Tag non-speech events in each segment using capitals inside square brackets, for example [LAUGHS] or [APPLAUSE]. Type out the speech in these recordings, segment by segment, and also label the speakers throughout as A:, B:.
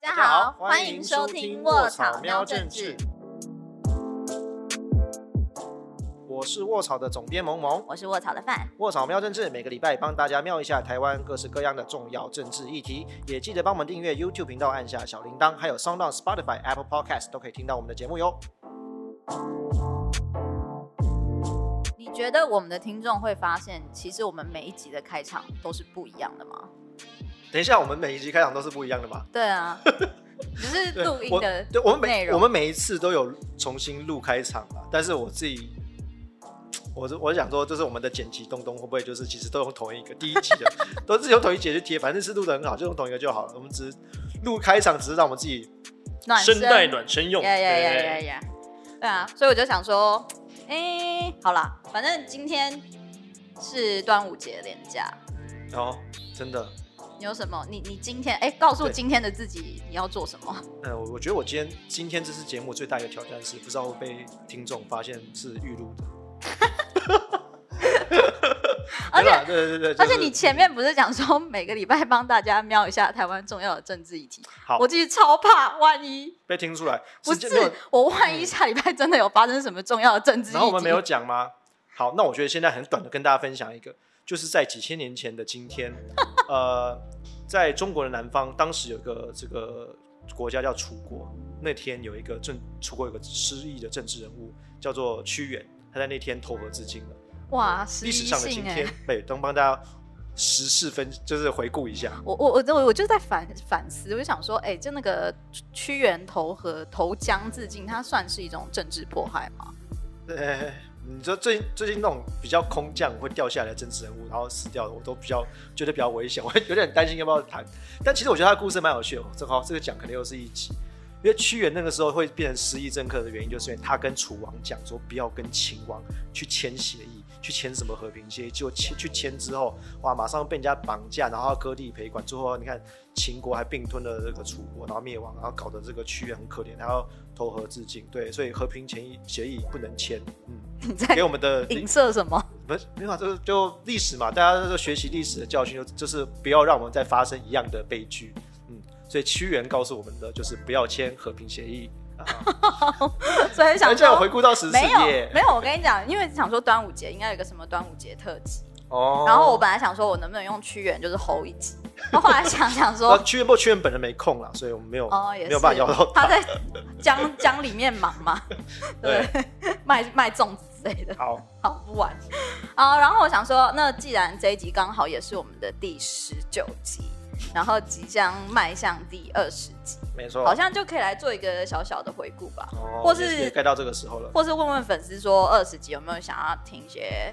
A: 家好，欢迎收听《卧草喵政治》，
B: 我是卧草的总编萌萌。
A: 我是卧草的范。
B: 卧草喵政治每个礼拜帮大家瞄一下台湾各式各样的重要政治议题，也记得帮我们订阅 YouTube 频道，按下小铃铛，还有 Sound on Spotify、Apple Podcast 都可以听到我们的节目哟。
A: 你觉得我们的听众会发现，其实我们每一集的开场都是不一样的吗？
B: 等一下，我们每一集开场都是不一样的嘛？
A: 对 [LAUGHS] 啊，只是录音
B: 我
A: 的
B: 对我们
A: 内
B: 每
A: 容
B: 我们每一次都有重新录开场啊，但是我自己，我是我想说，就是我们的剪辑东东会不会就是其实都用同一个第一
A: [LAUGHS]
B: 集的，都是用同一节去贴，反正是录的很好，就用同一个就好了。我们只是录开场，只是让我们自己
A: 暖
C: 声带暖身用。
A: 呀呀呀
C: 对
A: 呀呀！对啊，所以我就想说，哎、好啦，反正今天是端午节连假，
B: 哦，真的，
A: 你有什么？你你今天哎、告诉
B: 对
A: 今天的自己你要做什么？
B: 嗯，我我觉得我今天今天这次节目最大一个挑战是，不知道会被听众发现是预录的。
A: 而且
B: 对吧对对对，就
A: 而且
B: 是
A: 你前面不是讲说每个礼拜帮大家瞄一下台湾重要的政治议题？
B: 好
A: 我其实超怕，万一
B: 被听出来，
A: 不
B: 时间没有嗯
A: 是我，万一下礼拜真的有发生什么重要的政治议题，
B: 然后我们没有讲吗？好，那我觉得现在很短的跟大家分享一个，就是在几千年前的今
A: [LAUGHS]
B: 天，呃，在中国的南方，当时有一个这个国家叫楚国，那天有一个政楚国有个失意的政治人物叫做屈原，他在那天投河自尽了。
A: 哇，十一
B: 历史上的今
A: 性哎、
B: 天，对，都帮大家时事分就是回顾一下。
A: 我我我我我就在反反思，我就想说，哎、就那个屈原投河投江自尽，它算是一种政治迫害吗？
B: 呃，你说最最近那种比较空降会掉下来的真实人物，然后死掉的，我都比较觉得比较危险， [LAUGHS] 我有点担心要不要谈。但其实我觉得他的故事蛮有趣的，正好这个讲肯定又是一集。因为屈原那个时候会变成失忆政客的原因，就是因为他跟楚王讲说不要跟秦王去签协议，去签什么和平协议，结果签去签之后，哇，马上被人家绑架，然后要割地赔款，最后你看秦国还并吞了这个楚国，然后灭亡，然后搞得这个屈原很可怜，他要投河自尽。对，所以和平协议协议不能签，嗯，
A: 你 [LAUGHS] 在
B: 给我们的历
A: 影射什么？ [LAUGHS]
B: 不是没有啊，这个就历史嘛，大家都学习历史的教训，就就是不要让我们再发生一样的悲剧。嗯，所以屈原告诉我们的就是不要签和平协 [LAUGHS] 议。啊，
A: 所以想
B: 而哎且我
A: 说
B: 回。顾到十四
A: 没有
B: 页
A: 没有，我跟你讲，因为想说端午节应该有一个什么端午节特辑，
B: 哦
A: 然后我本来想说我能不能用屈原就是吼一集，我后来想想说
B: [LAUGHS] 啊，，屈原不过屈原本人没空了，所以我们没有、
A: 哦，也是
B: 没有办法邀到
A: 他
B: 他。
A: 在江江里面忙
B: [LAUGHS]
A: 嘛，对不对，卖卖粽子之类的，
B: 好，
A: 好不玩。啊，然后我想说，那既然这一集刚好也是我们的第十九集，然后即将迈向第二十集，
B: 没错，
A: 好像就可以来做一个小小的回顾吧，
B: 哦
A: 或是
B: 也也该到这个时候了。
A: 或是问问粉丝说二十集有没有想要听一些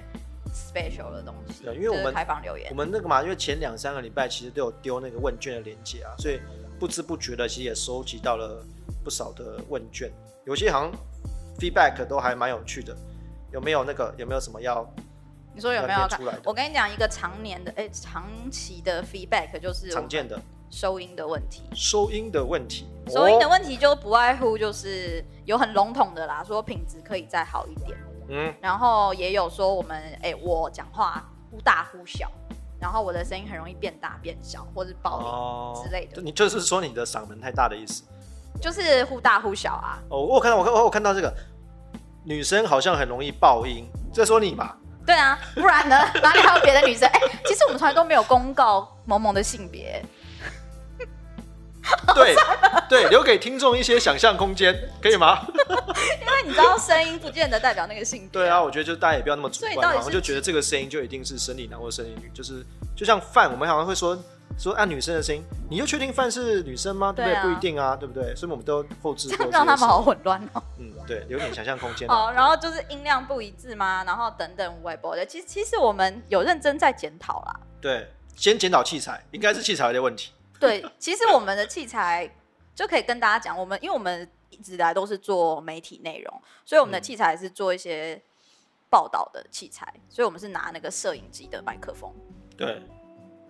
A: special 的东西，
B: 对因为我们
A: 就是开放留言
B: 我。们那个嘛，因为前两三个礼拜其实都有丢那个问卷的链接啊，所以不知不觉的其实也收集到了不少的问卷，有些好像 feedback 都还蛮有趣的。有没有那个有没有什么要
A: 你说有没有
B: 要
A: 要
B: 列
A: 看？
B: 出来的
A: 我跟你讲一个常年的哎长期的 feedback 就是
B: 常见的
A: 收音的问题。
B: 收音的问题？
A: 收音的
B: 哦
A: 问题就不外乎就是有很笼统的啦，说品质可以再好一点，
B: 嗯，
A: 然后也有说我们哎、我讲话忽大忽小，然后我的声音很容易变大变小，或是爆音，
B: 哦
A: 之类的
B: 你就是说你的嗓门太大的意思。
A: 就是忽大忽小啊。
B: 哦，我有看到，我看我有看到这个女生好像很容易爆音，在说你
A: [LAUGHS]
B: 嘛？
A: 对啊，不然呢？ [LAUGHS] 哪里还有别的女生？哎、其实我们从来都没有公告萌萌的性别，
B: 对对，留给听众一些想象空间，可以吗？
A: 因为你知道声音不见得代表那个性别。
B: 对啊，，我觉得就大家也不要那么主
A: 所以
B: 观
A: 到底
B: 嘛，我们
A: 是
B: 就觉得这个声音就一定是生理男或生理女，就是就像饭，我们好像会说说按女生的声音，你就确定饭是女生吗？对不
A: 对啊
B: 对？不一定啊，对不对？所以我们都后置
A: 这
B: 过
A: 样
B: 这
A: 让
B: 些
A: 他们
B: 事
A: 好混乱哦。
B: 嗯，对，留点想象空间啊。
A: 好，然后就是音量不一致嘛，然后等等微博的，其实其实我们有认真在检讨
B: [LAUGHS]
A: 啦。
B: 对，先检讨器材，应该是器材有点问题。
A: 对，其实我们的器材就可以跟大家讲，我们因为我们一直以来都是做媒体内容，所以我们的
B: 嗯
A: 器材是做一些报道的器材，所以我们是拿那个摄影机的麦克风。
B: 对，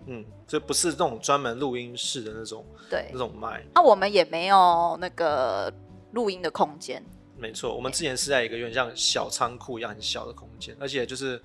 B: 嗯，所以不是那种专门录音室的那种
A: 对
B: 那，种麦，
A: 那、我们也没有那个录音的空间。 [LAUGHS]
B: 没错。我们之前是在一个有点像小仓库一样很小的空间，而且就是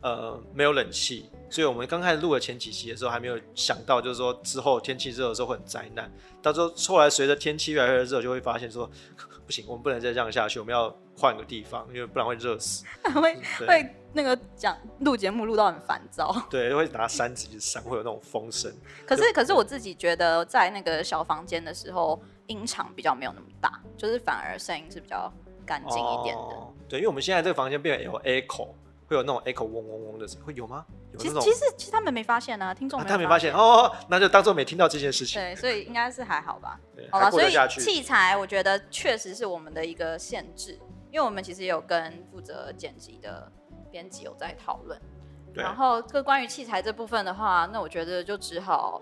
B: 呃没有冷气，所以我们刚开始录的前几期的时候还没有想到，就是说之后天气热的时候会很灾难。到时候后来随着天气越来越热，就会发现说 [LAUGHS] 不行，我们不能再这样下去，我们要换个地方，因为不然会
A: [LAUGHS]
B: 热死。
A: 会
B: 对
A: 会那个讲录节目录到很烦躁。
B: 对，会拿扇子去扇，会有那种风声。
A: 可是可是我自己觉得，在那个小房间的时候，音场比较没有那么大，就是反而声音是比较干净一点的。
B: 哦。对，因为我们现在这个房间变得有 echo，会有那种 echo 嗡嗡嗡的声音，会有吗？有
A: 其实
B: 那种
A: 其。实其实他们没发现啊，听众
B: 啊
A: 没
B: 他
A: 有
B: 没发现哦，那就当做没听到这件事情。
A: 对，所以应该是还好吧。
B: 对
A: 好
B: 还
A: 吧，
B: 过
A: 所
B: 得
A: 以
B: 下去。
A: 器材我觉得确实是我们的一个限制，因为我们其实也有跟负责剪辑的编辑有在讨论。
B: 对
A: 然后这关于器材这部分的话，那我觉得就只好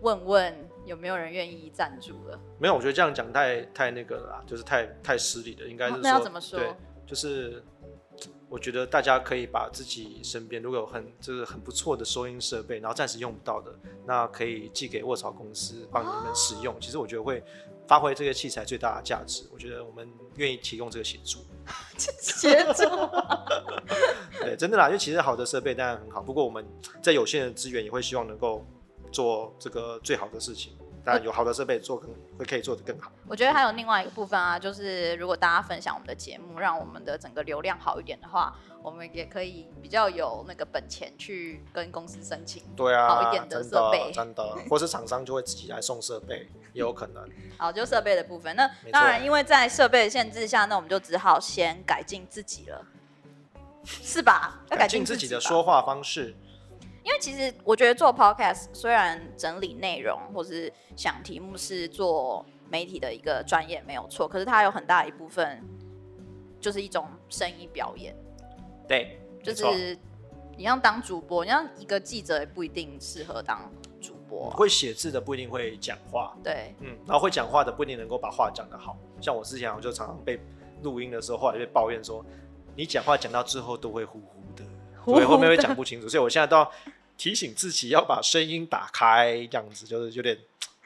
A: 问问有没有人愿意赞助了。
B: 没有，我觉得这样讲太太那个了啦，就是太太失礼了，应该是
A: 哦
B: 说、
A: 那要怎么说
B: 对，就是我觉得大家可以把自己身边如果有很就是很不错的收音设备，然后暂时用不到的，那可以寄给卧槽公司帮你们使
A: 哦
B: 用。其实我觉得会发挥这个器材最大的价值，我觉得我们愿意提供这个协
A: [LAUGHS]
B: 助。
A: [LAUGHS] 协助，
B: 对，真的啦，因为其实好的设备当然很好，不过我们在有限的资源也会希望能够做这个最好的事情。当
A: 呃
B: 然有好的设备做更会可以做得更好。
A: 我觉得还有另外一个部分啊，就是如果大家分享我们的节目，让我们的整个流量好一点的话，我们也可以比较有那个本钱去跟公司申请。
B: 对啊，
A: 好一点的设备
B: [LAUGHS] 真的，或是厂商就会自己来送设
A: [LAUGHS]
B: 备，也有可能。
A: 好，就设备的部分。那
B: 没错
A: 当然，因为在设备的限制下，那我们就只好先改进自己了，是吧？要改
B: 进
A: 自
B: 自己的
A: 吧
B: 说，话方式，
A: 因为其实我觉得做 podcast 虽然整理内容或是想题目是做媒体的一个专业没有错，可是它有很大一部分就是一种声音表演，
B: 对，
A: 就
B: 没错
A: 是你像当主播，你像一个记者也不一定适合当主播，啊
B: 会写字的不一定会讲话，
A: 对，
B: 嗯，然后会讲话的不一定能够把话讲得好。像我之前我就常常被录音的时候，后来被抱怨说，你讲话讲到最后都会糊糊的，
A: 糊糊
B: 所以后面会
A: 的
B: 讲不清楚。所以我现在都要提醒自己要把声音打开，这样子就是有点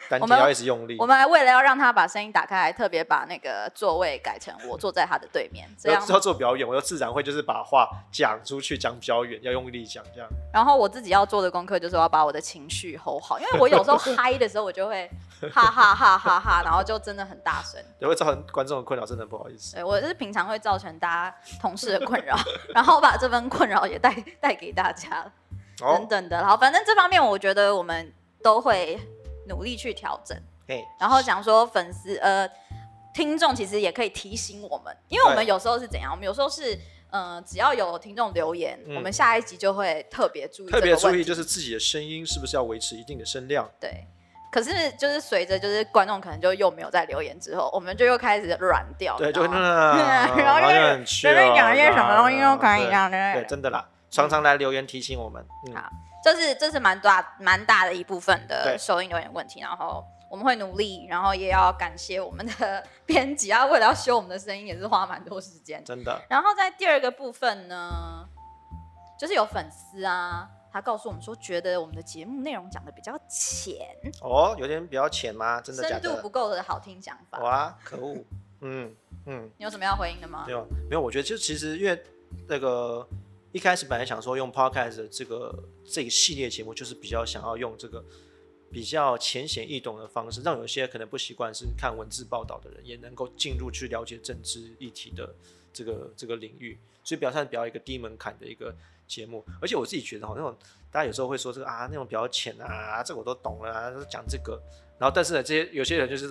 B: 丹
A: 我们
B: 田要一直用力
A: 我。们还为了要让他把声音打开，还特别把那个座位改成我坐在他的对面，这
B: 要
A: 样。
B: 要做表演，我就自然会就是把话讲出去，讲比较远，要用力讲这样。
A: 然后我自己要做的功课就是我要把我的情绪 hold 好，因为我有时候嗨的时候，我就会哈哈哈哈哈，然后就真的很大
B: [LAUGHS]
A: 声。
B: 也会造成观众的困扰，真的不好意思。
A: 对我是平常会造成大家同事的困扰， [LAUGHS] 然后把这份困扰也带带给大家了等
B: 哦，
A: 等的。然后反正这方面我觉得我们都会努力去调整。
B: 嘿，
A: 然后想说粉丝呃听众其实也可以提醒我们，因为我们
B: 对
A: 有时候是怎样，我们有时候是呃只要有听众留言，
B: 嗯
A: 我们下一集就会特别注意
B: 特
A: 这
B: 别
A: 个
B: 注
A: 问
B: 意
A: 题，
B: 就是自己的声音是不是要维持一定的声量。
A: 对。可是就是随着就是观众可能就又没有在留言之后，我们就又开始软掉，
B: 对，
A: 你
B: 就
A: 知道
B: 会
A: 吗 [LAUGHS]
B: 那，
A: 然后
B: 就
A: 就是
B: 很
A: 哦随便讲一些什么东西都可以这
B: 啊。
A: 样
B: 对
A: 对
B: 对，真的啦，常常来留言提醒我们。嗯
A: 好，这是这是蛮大蛮大的一部分的
B: 对
A: 收音留言问题，然后我们会努力，然后也要感谢我们的 [LAUGHS] 编辑啊，为了要修我们的声音也是花蛮多时间的
B: 真的，
A: 然后在第二个部分呢，就是有粉丝啊，他告诉我们说，觉得我们的节目内容讲的比较浅，
B: 哦，有点比较浅吗？真的假
A: 深度不
B: 的？
A: 够的好听讲法。
B: 哇，可恶，嗯嗯。
A: 你有什么要回应的吗
B: 没？有没有，我觉得就其实因为那个一开始本来想说用 podcast 的这个这一系列节目，就是比较想要用这个比较浅显易懂的方式，让有些可能不习惯是看文字报道的人，也能够进入去了解政治议题的这个这个领域，所以比较算比较一个低门槛的一个节目。而且我自己觉得哈，那种大家有时候会说这个啊那种比较浅啊，这个我都懂了、啊，讲这个。然后，但是呢，这些有些人就是，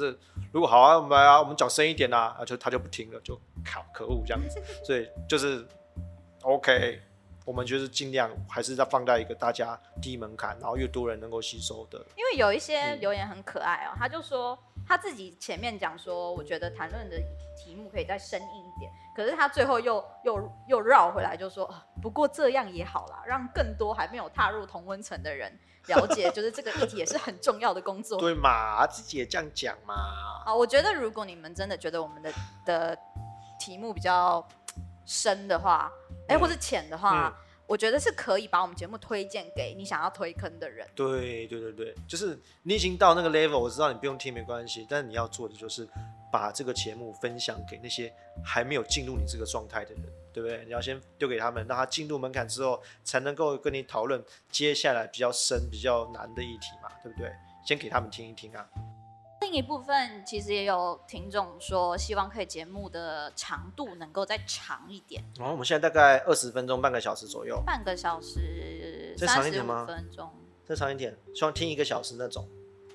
B: 如果好啊，我们来啊，我们讲深一点啊，啊就他就不听了，就靠可恶这样子，所以就是 OK，我们就是尽量还是要放在一个大家低门槛，然后越多人能够吸收的。
A: 因为有一些
B: 嗯
A: 留言很可爱哦，他就说他自己前面讲说，我觉得谈论的题目可以再深硬一点，可是他最后又又又绕回来，就说、啊不过这样也好啦，让更多还没有踏入同温层的人了解，就是这个议题也是很重要的工作。
B: 对嘛，自己也这样讲嘛。
A: 好，我觉得如果你们真的觉得我们的的题目比较深的话，哎、
B: 嗯
A: 或是浅的话，我觉得是可以把我们节目推荐给你想要推坑的人。
B: 对对对对，就是你已经到那个 level，我知道你不用听没关系，但你要做的就是把这个节目分享给那些还没有进入你这个状态的人。对不对？你要先丢给他们，让他进入门槛之后，才能够跟你讨论接下来比较深、比较难的议题嘛，对不对？先给他们听一听啊。
A: 另一部分其实也有听众说，希望可以节目的长度能够再长一点，
B: 然后我们现在大概二十分钟、半个小时左右，
A: 半个小时
B: 再长一
A: 三十
B: 点吗
A: 五分钟。
B: 再长一点，希望听一个小时那种。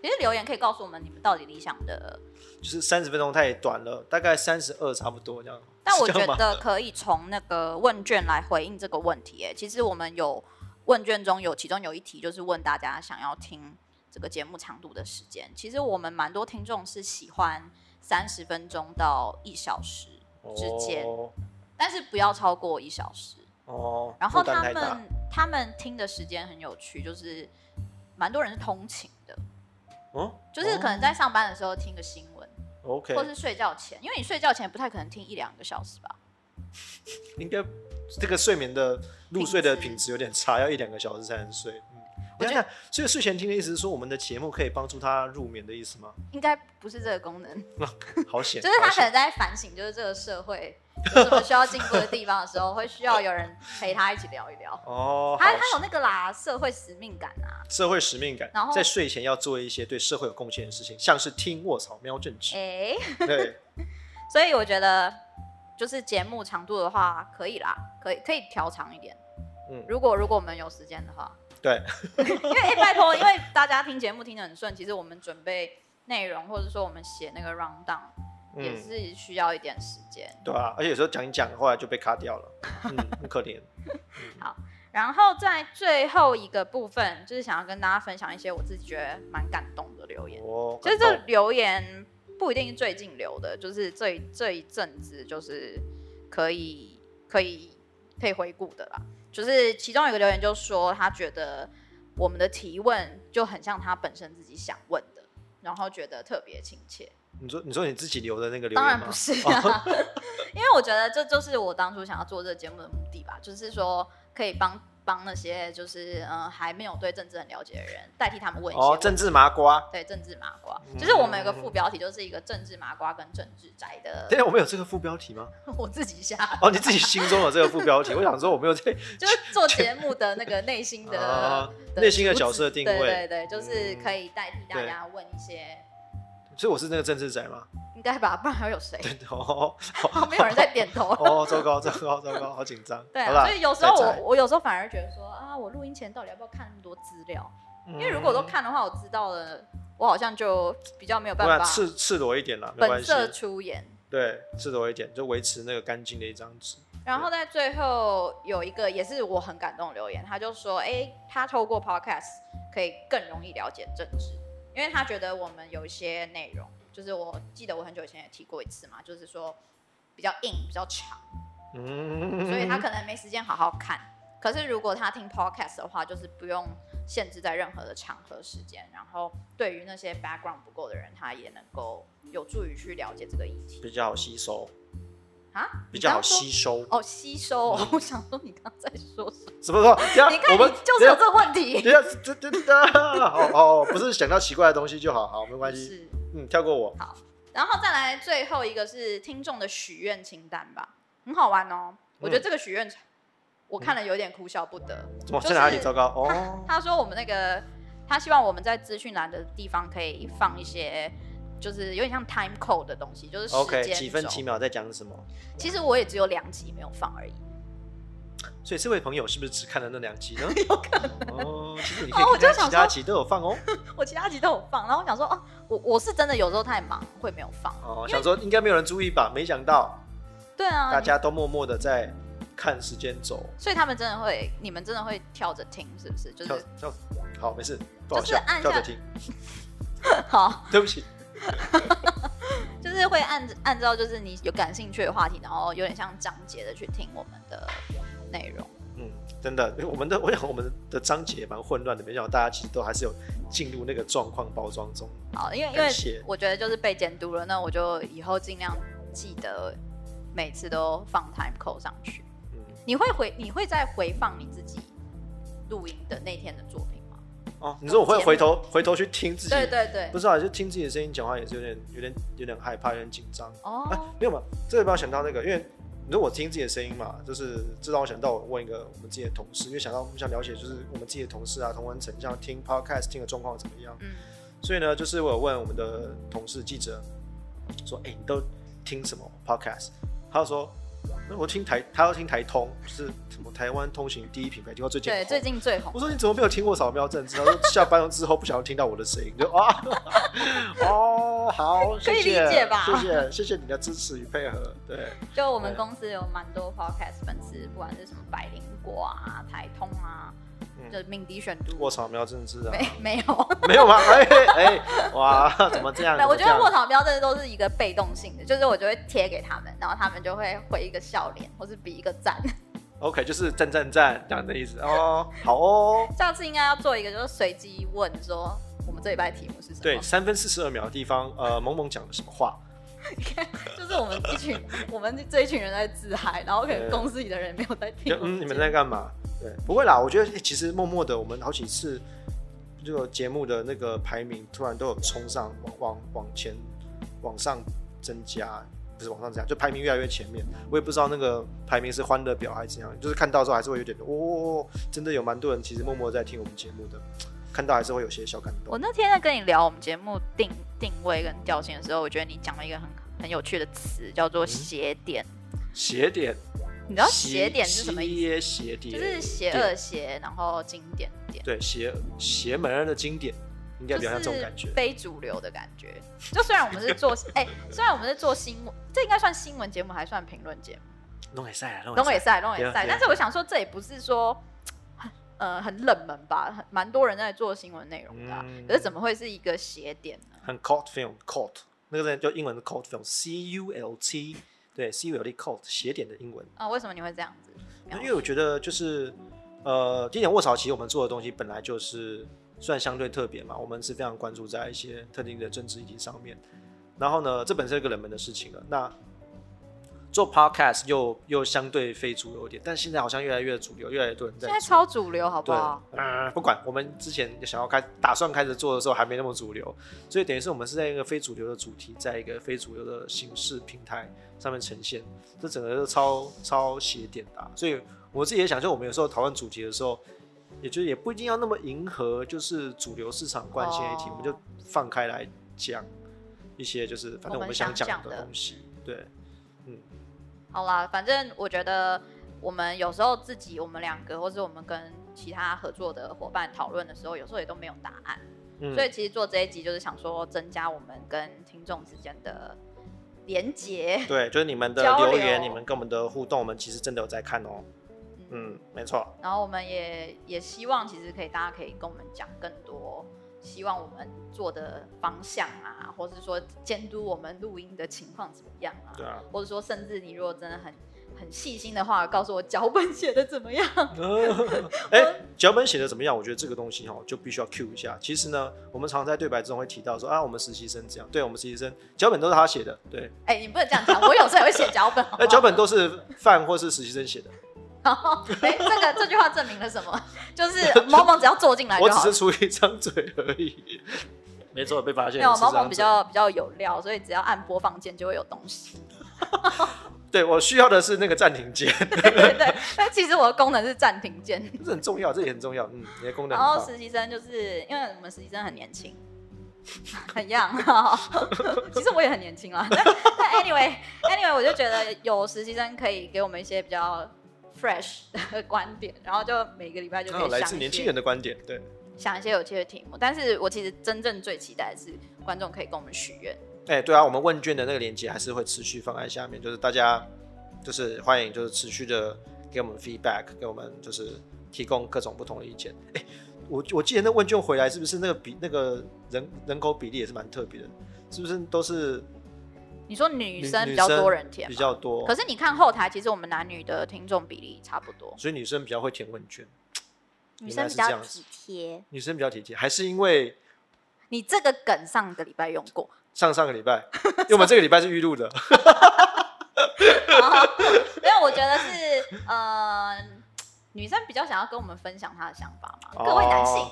A: 其实留言可以告诉我们你们到底理想的，
B: 就是三十分钟太短了，大概三十二差不多这样。
A: 但我
B: 是这
A: 觉
B: 样吗
A: 得可以从那个问卷来回应这个问题、哎，其实我们有问卷中有其中有一题就是问大家想要听这个节目长度的时间。其实我们蛮多听众是喜欢三十分钟到一小时之间，
B: 哦
A: 但是不要超过一小时。
B: 哦，
A: 然后
B: 负担
A: 他
B: 太大
A: 们他们听的时间很有趣，就是蛮多人是通勤的，
B: 哦，
A: 就是可能在上班的时候听个新闻，
B: 哦 OK，
A: 或是睡觉前，因为你睡觉前不太可能听一两个小时吧。
B: 应该这个睡眠的入睡的品
A: 品
B: 质有点差，要一两个小时才能睡。嗯，我想想，所以睡前听的意思是说，我们的节目可以帮助他入眠的意思吗？
A: 应该不是这个功能，
B: 好
A: [LAUGHS]
B: 险，
A: 就是他
B: 好
A: 可
B: 险
A: 能在反省，就是这个社会有什么需要进步的地方的时候，会需要有人陪他一起聊一聊。
B: [LAUGHS] 哦，
A: 他
B: 好
A: 他有那个啦，社会使命感啊，
B: 社会使命感
A: 然，后
B: 在睡前要做一些对社会有贡献的事情，像是听卧草喵政治，
A: 哎、 [LAUGHS]
B: 对，
A: 所以我觉得就是节目长度的话，可以啦，可以可以调长一点。
B: 嗯
A: 如果如果我们有时间的话，
B: 对，
A: [LAUGHS] 因为、哎拜托，因为大家听节目听得很顺，其实我们准备内容或者说我们写那个 round down、也
B: 嗯，
A: 是需要一点时间。
B: 对啊，而且有时候讲一讲，后来就被卡
A: [LAUGHS]
B: 掉了，嗯，很可怜。
A: 然后在最后一个部分，就是想要跟大家分享一些我自己觉得蛮感动的留言。 [LAUGHS]
B: 哦，
A: 其实
B: 感
A: 这
B: 动
A: 留言不一定是最近留的，就是这一这一阵子就是可以可以可以回顾的啦。就是其中有一个留言就说他觉得我们的提问就很像他本身自己想问的，然后觉得特别亲切。
B: 你说你说你自己留的那个留言
A: 当然
B: 吗？哦
A: 不是啊，
B: [LAUGHS]
A: 因为我觉得这就是我当初想要做这个节目的目的吧，就是说可以帮帮那些就是嗯、呃还没有对政治很了解的人，代替他们问一些
B: 哦，
A: 问
B: 政治麻瓜，
A: 对政治麻瓜
B: 嗯，
A: 就是我们有个副标题，就是一个政治麻瓜跟政治宅的
B: 对，，我们有这个副标题吗？
A: 我自己下的，
B: 哦，你自己心中有这个副标题，我想说我没有
A: [LAUGHS]
B: 在
A: 就是做节目的那个内心
B: [LAUGHS] 啊
A: 的
B: 内心的角色定
A: 对
B: 位，
A: 对对，就是
B: 嗯
A: 可以代替大家问一些，
B: 所以我是那个政治宅吗？
A: 应该吧，不然还有谁？ [LAUGHS]
B: 哦
A: 旁边有人在点
B: [LAUGHS]
A: 头。
B: 哦，糟糕糟糕糟糕，好紧张。
A: 对
B: 好
A: 啊，
B: 啦
A: 所以有时候
B: 宅宅
A: 我我有时候反而觉得说啊，我录音前到底要不要看那么多资料？因为如果我都
B: 嗯
A: 看的话，我知道了，我好像就比较没有
B: 不
A: 办
B: 然
A: 法
B: 赤赤裸一点啦，啊没
A: 本
B: 关系。
A: 色出演。
B: 对，赤裸一点，就维持那个干净的一张纸。
A: 然后在最后有一个也是我很感动的留言，他就说：“哎、他透过 podcast 可以更容易了解政治，因为他觉得我们有一些内容，就是我记得我很久以前也提过一次嘛，就是说比较硬、比较长，
B: 嗯，
A: 所以他可能没时间好好看。可是如果他听 podcast 的话，就是不用限制在任何的场合、时间，然后对于那些 background 不够的人，他也能够有助于去了解这个议题
B: 比较好吸收，
A: 啊，
B: 比较好
A: 你刚刚说
B: 吸收。
A: 哦，吸收哦。 [LAUGHS] 我想说你刚刚在说什么？[LAUGHS]
B: 怎么说？等一下 [LAUGHS]
A: 你看，
B: 我
A: 你
B: 们
A: 就是有
B: 等
A: 这个问题。
B: 一下等一下，这这这，哦哦，不是想到奇怪的东西就好，好，没关系。
A: 是，
B: 嗯，跳过我。
A: 然后再来最后一个是听众的许愿清单吧，很好玩哦。我
B: 嗯
A: 觉得这个许愿，我看了有点哭笑不得。
B: 怎么
A: 就
B: 在哪里？
A: 是 [LAUGHS]
B: 糟糕。
A: 他
B: 哦，
A: 他说我们那个，他希望我们在资讯栏的地方可以放一些，就是有点像 time code 的东西，就是时
B: OK，
A: 间
B: 几分几
A: 轴。
B: 秒在讲什么？
A: 其实我也只有两集没有放而已。
B: 所以这位朋友是不是只看了那两集呢？
A: [LAUGHS] 有可
B: 哦，其实你可以
A: 哦我就
B: 看
A: 想
B: 其他
A: 说
B: 集都有放哦。
A: 我其他集都有放，然后我想说，哦，我我是真的有时候太忙会没有放。
B: 哦，想说应该没有人注意吧，没想到
A: 对啊，
B: 大
A: 你
B: 家都默默的在看时间轴，
A: 所以他们真的会，你们真的会跳着听，是不是？就
B: 跳
A: 是
B: 跳，好，没事，不好
A: 就是
B: 笑
A: 按，
B: 跳着
A: 下
B: 听，
A: 好，
B: 对不起，
A: 就是会按按照就是你有感兴趣的话题，然后有点像章节的去听我们的内容。
B: 嗯，真的，我们的我想我们的章节也蛮混乱的，没想到大家其实都还是有进入那个状况包装中。
A: 好，因为因
B: 感
A: 为
B: 谢
A: 我觉得就是被监督了，那我就以后尽量记得每次都放 time code 上去。
B: 嗯，
A: 你会回你会再回放你自己录音的那天的作品吗？
B: 哦，你说我会
A: 节目
B: 回头回头去听自己，
A: 对对对
B: 不，知道就听自己的声音讲话也是有点有点有点害怕，有点紧张。
A: 哦，
B: 啊，没有嘛，这个帮我想到那个，因为你说我听自己的声音嘛，就是这让我想到我问一个我们自己的同事，因为想到我们想了解就是我们自己的同事啊，同文层像听 podcast 听的状况怎么样，
A: 嗯，
B: 所以呢，就是我有问我们的同事记者说，哎、你都听什么 podcast？他就说。那我听台，他要听台通，就是什么台湾通行第一品牌，听到最近
A: 对，
B: 红
A: 最近最红
B: 我。说你怎么没有听过扫描政治？他说下班之后不想要听到我的声音，就啊 [LAUGHS] 哦好，
A: 可以
B: 谢谢
A: 理解吧
B: 谢谢谢谢你的支持与配合，对，
A: 就我们
B: 对
A: 公司有蛮多 podcast 粉丝，不管是什么百灵果啊、台通啊，
B: 嗯，
A: 就敏迪选读。
B: 卧槽苗政治啊，
A: 没没有，
B: 没有吗？哎哎哇，怎么这
A: [LAUGHS]
B: 样？
A: 对，我觉得
B: 怎么
A: 卧
B: 这样
A: 草标真的都是一个被动性的，就是我就会贴给他们，然后他们就会回一个笑脸，或是比一个赞。
B: OK 就是赞赞赞这样的意思哦，好哦，
A: 下次应该要做一个，就是随机问说我们这礼拜题目是什么？
B: 对，三分四十二秒的地方，呃，萌萌讲了什么话？
A: 就是我们一群我们这一群人在自嗨，然后可能公司里的人没有在听
B: 就。嗯，你们在干嘛？对，不会啦，我觉得欸其实默默的，我们好几次这个节目的那个排名突然都有冲上往往往前往上增加，不是往上增加，就排名越来越前面。我也不知道那个排名是欢乐表还是怎样，就是看到之后还是会有点哦哦，哦真的有蛮多人其实默默在听我们节目的，看到还是会有些小感
A: 我
B: 动。
A: 那天在跟你聊我们节目定定位跟调性的时候，我觉得你讲了一个很很有趣的词，叫做邪点。
B: 斜点，
A: 你知道邪点是什么意思？
B: 思？斜点
A: 就是邪呃恶邪，然后经典点。
B: 对邪邪门儿的经典，应该比较像这种感觉。
A: 就是非主流的感觉。就虽然我们是做， [LAUGHS] 哎、虽然我们是做新闻，这应该算新闻节目，还算评论节目，
B: 弄也赛了，
A: 龙尾赛，龙
B: 对
A: 尾
B: 啊
A: 赛。
B: 对啊
A: 但是我想说，这也不是说，呃，很冷门吧，很蛮多人在做新闻内容的啊、
B: 嗯
A: 可是怎么会是一个斜点呢？
B: 很 cult film cult，那个人叫英文的 cult film，C U L T，对，C U L T cult 斜点的英文。
A: 啊、为什么你会这样子？
B: 因为我觉得就是呃，第一点卧槽，其实我们做的东西本来就是算相对特别嘛，我们是非常关注在一些特定的政治议题上面。然后呢，这本身是一个冷门的事情了。那做 podcast 又又相对非主流一点，但现在好像越来越主流，越来越多人在
A: 现在
B: 做
A: 超主流，好不
B: 对
A: 好？，
B: 呃，不管，我们之前想要开，打算开始做的时候还没那么主流，所以等于是我们是在一个非主流的主题，在一个非主流的形式平台上面呈现，这整个都超超斜点的啊、所以我自己也想，就我们有时候讨论主题的时候，也就是也不一定要那么迎合，就是主流市场关心的议题，
A: 哦
B: 我们就放开来讲一些就是反正
A: 我
B: 我
A: 们
B: 们
A: 想
B: 想讲
A: 讲的
B: 的东西，对，嗯，
A: 好啦，反正我觉得我们有时候自己，我们两个，或是我们跟其他合作的伙伴讨论的时候，有时候也都没有答案。
B: 嗯
A: 所以其实做这一集就是想说，增加我们跟听众之间的连结。
B: 对，就是你们的
A: 交
B: 留言，
A: 流
B: 你们跟我们的互动，我们其实真的有在看哦，
A: 嗯，
B: 嗯，没错。
A: 然后我们也也希望，其实可以大家可以跟我们讲更多，希望我们做的方向啊，或是说监督我们录音的情况怎么样啊，[LAUGHS]
B: 对啊，
A: 或者说甚至你如果真的很很细心的话，告诉我脚本写的怎么样。 [LAUGHS]
B: 哎、脚本写的怎么样？我觉得这个东西哈，就必须要 Q 一下。其实呢，我们常在对白中会提到说啊，我们实习生这样，对我们实习生脚本都是他写的，对，
A: 哎、你不能这样讲，我有时候也会写脚本。好不
B: [LAUGHS]
A: 好
B: 哎，脚本都是范或是实习生写的，
A: 然后，哎、这个这句话证明了
B: [LAUGHS]
A: 什么？就是某某只要坐进来
B: 我
A: 就
B: 只
A: 好
B: 是。出一张嘴而已。 [LAUGHS] 没错，被发现
A: 没
B: 了。
A: 有
B: 是这
A: 某
B: 样
A: 某
B: 子
A: 比较比较有料，所以只要按播放键就会有东西。 [LAUGHS]
B: 对我需要的是那个暂停键， [LAUGHS]
A: 对对对，但其实我的功能是暂停键。
B: 这很重要，这也很重要。嗯，你的功能
A: 然
B: 很
A: 后
B: 棒。
A: 哦实习生就是因为我们实习生很年轻，很 young，其 [LAUGHS] 实我也很年轻啦。 [LAUGHS] 但但 anyway anyway，我就觉得有实习生可以给我们一些比较 fresh 的观点，然后就每个礼拜就
B: 刚
A: 可
B: 好
A: 以想
B: 哦来
A: 一
B: 自年轻
A: 些
B: 人的观点，对，
A: 想一些有趣的题目。但是我其实真正最期待的是观众可以跟我们许愿。
B: 哎、对啊，我们问卷的那个链接还是会持续放在下面，就是大家就是欢迎就是持续的给我们 feedback，给我们就是提供各种不同的意见。哎、我我记得那问卷回来是不是那个比那个人人口比例也是蛮特别的，是不是都是
A: 你说女生
B: 女
A: 比较
B: 生
A: 多人填
B: 比
A: 吗，
B: 较多
A: 可，是你看后台，其实我们男女的听众比例差不多，
B: 所以女生比较会填问卷，
A: 女
B: 原来
A: 生比
B: 是这
A: 较
B: 样子
A: 体贴。
B: 女生比较体贴，还是因为
A: 你这个梗上个礼拜用过，
B: 上上个礼拜，因为我们这个礼拜是预录的，
A: 没有？我觉得是呃，女生比较想要跟我们分享她的想法嘛。各位男性，
B: 哦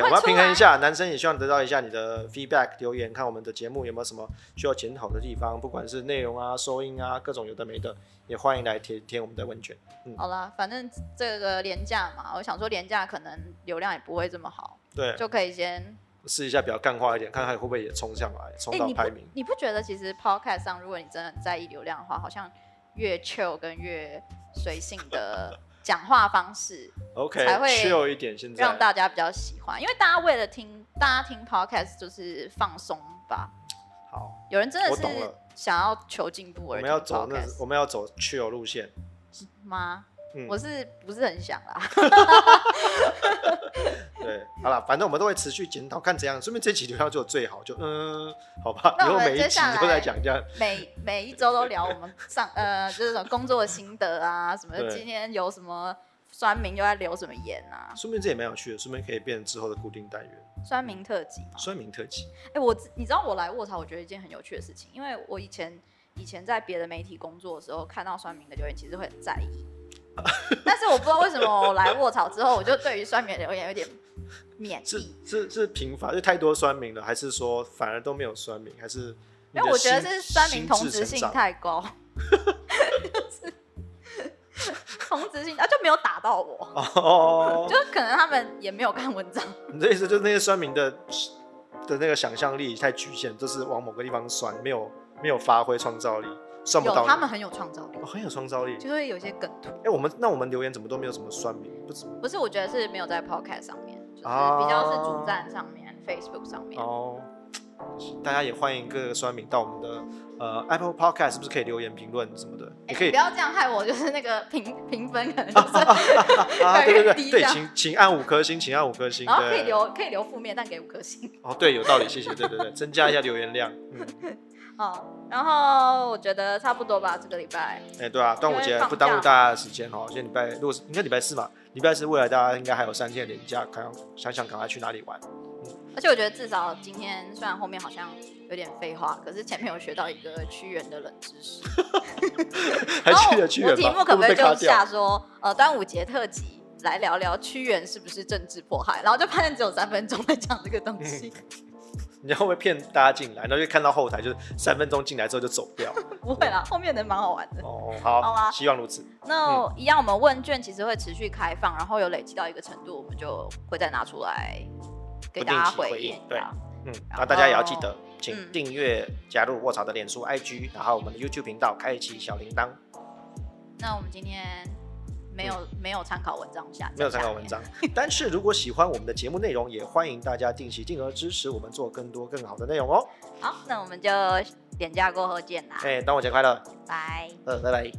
A: 赶
B: 我
A: 快
B: 们要平衡一
A: 出
B: 下，男生也希望得到一下你的 feedback 留言，看我们的节目有没有什么需要检讨的地方，不管是内容啊、收音啊，各种有的没的，也欢迎来填填我们的问卷。
A: 好啦，反正这个廉价嘛，我想说廉价可能流量也不会这么好，
B: 对，
A: 就可以先。
B: 试一下比较干化一点，看看会不会也冲上来，冲
A: 哎、
B: 到
A: 你不
B: 排名。
A: 你不觉得其实 podcast 上，如果你真的很在意流量的话，好像越 chill 跟越随性的讲话方
B: [LAUGHS]
A: 式，
B: OK，
A: 才会
B: chill 一点，现
A: 让
B: 在
A: 大家比较喜欢。因为大家为了听，大家听 podcast 就是放松吧。
B: 好，
A: 有人真的
B: 我懂
A: 是
B: 了
A: 想要求进步
B: 我
A: 而
B: 们
A: 听
B: 要走那
A: podcast
B: 我们要走 chill 路线。
A: 吗？
B: 嗯
A: 我是不是很想啦？
B: 对， [LAUGHS] 好了，反正我们都会持续检讨，看怎样，说明这集流量就最好，就嗯， [LAUGHS] 好吧，以
A: 那我
B: 后
A: 们
B: 每一
A: 接
B: 集
A: 下
B: 都
A: 来
B: 在讲这样。
A: 每每一周都聊我们上呃，就是什么工作心得啊，什么
B: 对
A: 今天有什么酸民又在留什么言啊，
B: 说明这也蛮有趣的，说明可以变成之后的固定单元，
A: 酸民特辑嘛。
B: 酸民特辑。
A: 哎、我知你知道我来卧槽，我觉得一件很有趣的事情，因为我以前以前在别的媒体工作的时候，看到酸民的留言，其实会很在
B: [LAUGHS]
A: 意。但是我不知道为什么我来卧槽之后，我就对于酸民的留言有点免
B: 是
A: 疫，
B: 是是贫乏，就太多酸民了，还是说反而都没有酸民，还是你
A: 因
B: 的
A: 为我觉得
B: 心
A: 是酸民
B: 心
A: 同
B: 智
A: 质
B: 成
A: 性
B: [LAUGHS] 长
A: 太高，就是同质性啊就没有打到我，
B: 哦，
A: 就可能他们也没有看文章，
B: 你的意思就是那些酸民的的那个想象力太局限，就是往某个地方酸，没有没有发挥创造力，酸不到
A: 有
B: 你
A: 他们很有创造力，
B: 哦很有创造力。
A: 就会有一些梗图。
B: 哎、我们那我们留言怎么都没有什么酸民，不止
A: 不是，我觉得是没有在 Podcast 上面，就是
B: 啊
A: 比较是主站上面、Facebook 上面。
B: 哦。大家也欢迎各个酸民到我们的呃 Apple Podcast，是不是可以留言评论什么的？
A: 哎
B: 也可以
A: 不要这样害我，就是那个评评分可能
B: [LAUGHS]
A: 就是，
B: 啊，
A: 越来越
B: 对对
A: 低
B: 对
A: 这
B: 对，
A: 样
B: 请请按五颗星，请按五颗星。
A: 然后可以
B: 对
A: 留可以留负面，但给五颗星。
B: 哦，对，有道理，谢谢，对对对，增加一下留言量。嗯，
A: 哦，然后我觉得差不多吧，这个礼拜
B: 哎、对啊，端午节不耽误大家的时间哦。现在礼拜如果是应该礼拜四嘛，礼拜四未来大家应该还有三天的连假，看想想赶快去哪里玩。
A: 而且我觉得至少今天虽然后面好像有点废话，可是前面有学到一个屈原的冷知识。
B: [LAUGHS] 还
A: 然后
B: 去
A: 我
B: 了去了
A: 哦我题
B: 吧，
A: 目可不可
B: 会
A: 以
B: 被卡
A: 就下
B: 掉？
A: 说，呃，端午节特辑来聊聊屈原是不是政治迫害？然后就发现只有三分钟在讲这个东西，
B: 你会不会骗大家进来？然后就看到后台就是三分钟进来之后就走掉。
A: [LAUGHS] 不会啦，后面的蛮好玩的。
B: 哦，好，
A: 好啊
B: 希望如此。
A: 那
B: 嗯
A: 一样，我们问卷其实会持续开放，然后有累积到一个程度，我们就会再拿出来给大家
B: 不定期回应
A: 应。
B: 对
A: 啊
B: 嗯，
A: 然
B: 那大家也要
A: 后
B: 记得，
A: 嗯
B: 请订阅、加入卧槽的脸书、IG，然后我们的 YouTube 频道，开启小铃铛。
A: 那我们今天没有、没有参考文章下，
B: 嗯没有参考文章。但是如果喜欢我们的节目内容，也欢迎大家定期定额支持我们做更多更好的内容哦。
A: 好，那我们就廉价过后见啦，
B: 哎、端午节快乐，
A: 拜。
B: 呃，拜拜。